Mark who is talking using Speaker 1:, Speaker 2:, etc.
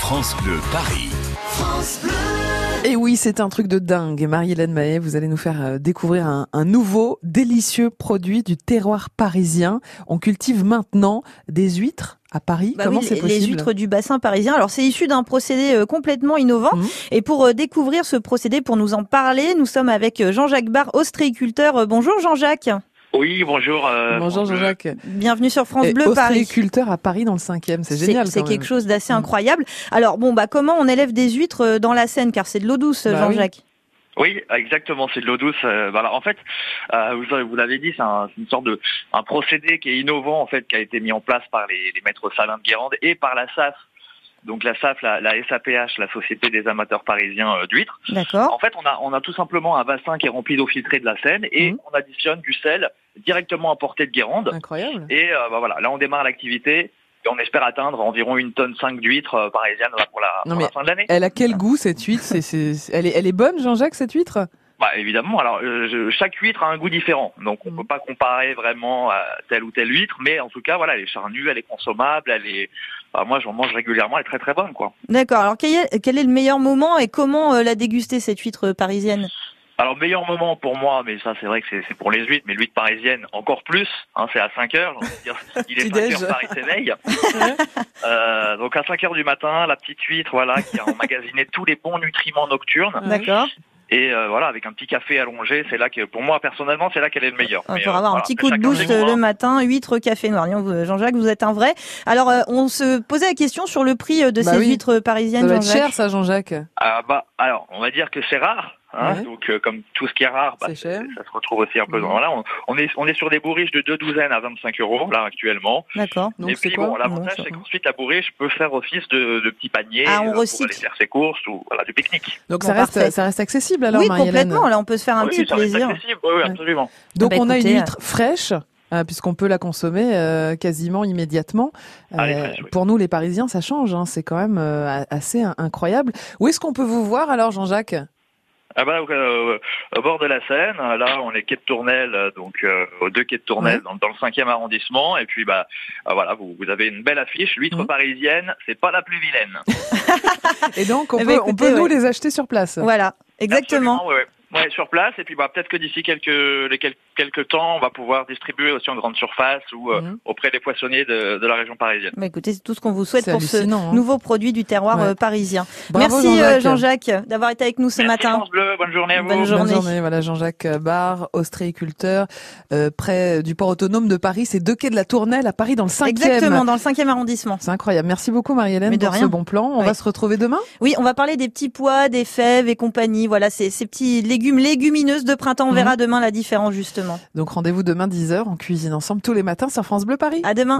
Speaker 1: France Bleu Paris.
Speaker 2: Et Eh oui, c'est un truc de dingue. Marie-Hélène Mahé, vous allez nous faire euh, découvrir un, un nouveau, délicieux produit du terroir parisien. On cultive maintenant des huîtres à Paris
Speaker 3: Bah
Speaker 2: Comment
Speaker 3: oui,
Speaker 2: c'est
Speaker 3: les-
Speaker 2: possible
Speaker 3: Les huîtres du bassin parisien. Alors c'est issu d'un procédé euh, complètement innovant.
Speaker 2: Mhm.
Speaker 3: Et pour euh, découvrir ce procédé, pour nous en parler, nous sommes avec euh, Jean-Jacques Barre, ostréiculteur. Euh, Bonjour Jean-Jacques.
Speaker 4: Oui, bonjour. euh,
Speaker 2: Bonjour
Speaker 4: France Bleu.
Speaker 2: Jean-Jacques.
Speaker 3: Bienvenue sur France
Speaker 2: Et
Speaker 3: Bleu Paris.
Speaker 2: ostréiculteur à Paris dans le cinquième, c'est génial.
Speaker 3: C'est
Speaker 2: quand
Speaker 3: quelque
Speaker 2: même.
Speaker 3: chose d'assez
Speaker 2: Mhm.
Speaker 3: incroyable. Alors bon, bah comment on élève des huîtres euh, dans la Seine Car c'est de l'eau douce, euh,
Speaker 2: Bah oui.
Speaker 3: Jean-Jacques.
Speaker 4: Oui, exactement, c'est de l'eau douce. euh, voilà. En fait, euh, vous, vous l'avez dit, c'est un- c'est une sorte de un procédé qui est innovant en fait, qui a été mis en place par les, les maîtres salins de Guérande et par la SAF. Donc la SAF, la, la SAPH, la Société des amateurs parisiens euh, d'huîtres.
Speaker 3: D'accord.
Speaker 4: En fait, on a, on a tout simplement un bassin qui est rempli d'eau filtrée de la Seine et
Speaker 3: Mhm.
Speaker 4: on additionne du sel directement apporté de Guérande.
Speaker 2: Incroyable.
Speaker 4: Et euh, bah, voilà, là on démarre l'activité et on espère atteindre environ une tonne 5 d'huîtres euh, parisiennes voilà, pour, la,
Speaker 2: Non,
Speaker 4: pour la
Speaker 2: mais-
Speaker 4: fin de l'année.
Speaker 2: Elle a quel goût cette huître C'est- c'est- elle, est, elle est bonne, Jean-Jacques, cette huître
Speaker 4: Bah, évidemment, alors euh, je- chaque huître a un goût différent, donc on
Speaker 3: Mm.
Speaker 2: Mhm.
Speaker 4: peut pas comparer vraiment à telle ou telle huître, mais en tout cas voilà, elle est charnue, elle est consommable, elle est, bah, moi j'en mange régulièrement, elle est très très bonne quoi.
Speaker 3: D'accord. Alors quel est, quel est le meilleur moment et comment euh, la déguster cette huître euh, parisienne
Speaker 4: Alors meilleur moment pour moi, mais ça c'est vrai que c'est- c'est pour les huîtres, mais l'huître parisienne encore plus, hein, c'est à 5 heures, j'ai envie de dire, il est
Speaker 2: Petit
Speaker 4: 5
Speaker 2: déj.
Speaker 4: heures Paris s'éveille,
Speaker 2: Ouais.
Speaker 4: Euh, donc à 5 heures du matin, la petite huître voilà qui a emmagasiné tous les bons nutriments nocturnes
Speaker 2: Ouais.
Speaker 3: D'accord.
Speaker 4: et euh, voilà avec un petit café allongé, c'est là que pour moi personnellement c'est là qu'elle est le meilleur.
Speaker 3: On
Speaker 4: Mais,
Speaker 3: pour
Speaker 4: euh,
Speaker 3: avoir un
Speaker 4: voilà,
Speaker 3: petit coup de
Speaker 4: chacun ses
Speaker 3: boost
Speaker 4: goûts,
Speaker 3: euh, le
Speaker 4: hein.
Speaker 3: matin, huîtres, café noir. Dis donc, vous, Jean-Jacques, vous êtes un vrai. Alors, euh, on se posait la question sur le prix euh, de
Speaker 2: Bah
Speaker 3: ces
Speaker 2: oui.
Speaker 3: huîtres
Speaker 2: Ça
Speaker 3: parisiennes,
Speaker 2: va être
Speaker 3: Jean-Jacques.
Speaker 2: cher, ça, Jean-Jacques.
Speaker 4: Ah bah alors on va dire que c'est rare, hein,
Speaker 2: Ouais.
Speaker 4: donc euh, comme tout ce qui est rare, bah,
Speaker 2: C'est cher.
Speaker 4: ça se retrouve aussi un peu.
Speaker 2: Mhm.
Speaker 4: dans- Voilà, on, on est on est sur des bourriches de deux douzaines à 25 euros là actuellement.
Speaker 3: D'accord.
Speaker 2: Donc
Speaker 4: Et
Speaker 2: c'est
Speaker 4: puis
Speaker 2: quoi
Speaker 4: bon, l'avantage
Speaker 2: Non, ça-
Speaker 4: c'est qu'ensuite la bourriche peut faire office de, de petit panier
Speaker 3: Ah, on
Speaker 4: euh, pour
Speaker 3: recycle.
Speaker 4: aller faire ses courses ou voilà du pique-nique.
Speaker 2: Donc
Speaker 3: Bon,
Speaker 2: ça reste,
Speaker 3: parfait.
Speaker 2: ça reste accessible alors,
Speaker 3: oui,
Speaker 2: Marie-Hélène
Speaker 3: complètement. Là, on peut se faire un
Speaker 4: oui,
Speaker 3: petit
Speaker 4: ça reste
Speaker 3: plaisir.
Speaker 4: accessible, oui, oui,
Speaker 2: Ouais.
Speaker 4: absolument.
Speaker 2: Donc
Speaker 3: Bah,
Speaker 2: on a
Speaker 3: écoutez,
Speaker 2: une huître fraîche, euh, puisqu'on peut la consommer euh, quasiment immédiatement. Euh,
Speaker 4: Ah, elle est fraîche, oui.
Speaker 2: Pour nous les Parisiens, ça change, hein, c'est quand même euh, a- assez in- incroyable. Où est-ce qu'on peut vous voir alors Jean-Jacques
Speaker 4: Ah bah, donc, euh, au bord de la Seine, là on est quai de Tournelle, euh, donc euh, aux deux quais de Tournelle dans, dans le 5e arrondissement. Et puis bah euh, voilà, vous, vous avez une belle affiche, l'huître
Speaker 2: Mhm.
Speaker 4: parisienne, c'est pas la plus vilaine.
Speaker 2: Et donc on
Speaker 3: Eh
Speaker 2: peut,
Speaker 3: ben,
Speaker 2: on
Speaker 3: écoutez,
Speaker 2: peut nous
Speaker 3: ouais.
Speaker 2: les acheter sur place.
Speaker 3: Voilà, exactement.
Speaker 4: Absolument, ouais, ouais. Ouais, sur place. Et puis bah, peut-être que d'ici quelques, les quel- quelques temps, on va pouvoir distribuer aussi en grande surface ou euh,
Speaker 2: Mhm.
Speaker 4: auprès des poissonniers de, de la région parisienne.
Speaker 3: Bah, écoutez, c'est tout ce qu'on vous souhaite
Speaker 2: C'est
Speaker 3: pour ce
Speaker 2: hallucinant, hein.
Speaker 3: nouveau produit du terroir
Speaker 2: Ouais.
Speaker 3: euh, parisien.
Speaker 2: Bravo,
Speaker 3: Merci euh,
Speaker 2: Jean-Jacques.
Speaker 3: Jean-Jacques d'avoir été avec nous ce
Speaker 4: Merci,
Speaker 3: matin.
Speaker 4: France Bleu, bonne journée à vous.
Speaker 3: Bonne
Speaker 2: Bonne
Speaker 3: journée.
Speaker 2: journée. Voilà Jean-Jacques Barre, ostréiculteur, euh, près du port autonome de Paris. C'est deux quais de la Tournelle à Paris dans le 5e.
Speaker 3: Exactement, dans le 5e arrondissement.
Speaker 2: C'est incroyable. Merci beaucoup Marie-Hélène
Speaker 3: Mais de
Speaker 2: pour ce
Speaker 3: rien.
Speaker 2: bon plan. On
Speaker 3: Ouais.
Speaker 2: va se retrouver demain.
Speaker 3: Oui, on va parler des petits pois, des fèves et compagnie. Voilà, ces, ces petits légumes, légumineuses de printemps. On
Speaker 2: Mhm.
Speaker 3: verra demain la différence, justement.
Speaker 2: Donc rendez-vous demain 10h. On cuisine ensemble tous les matins sur France Bleu Paris.
Speaker 3: À demain.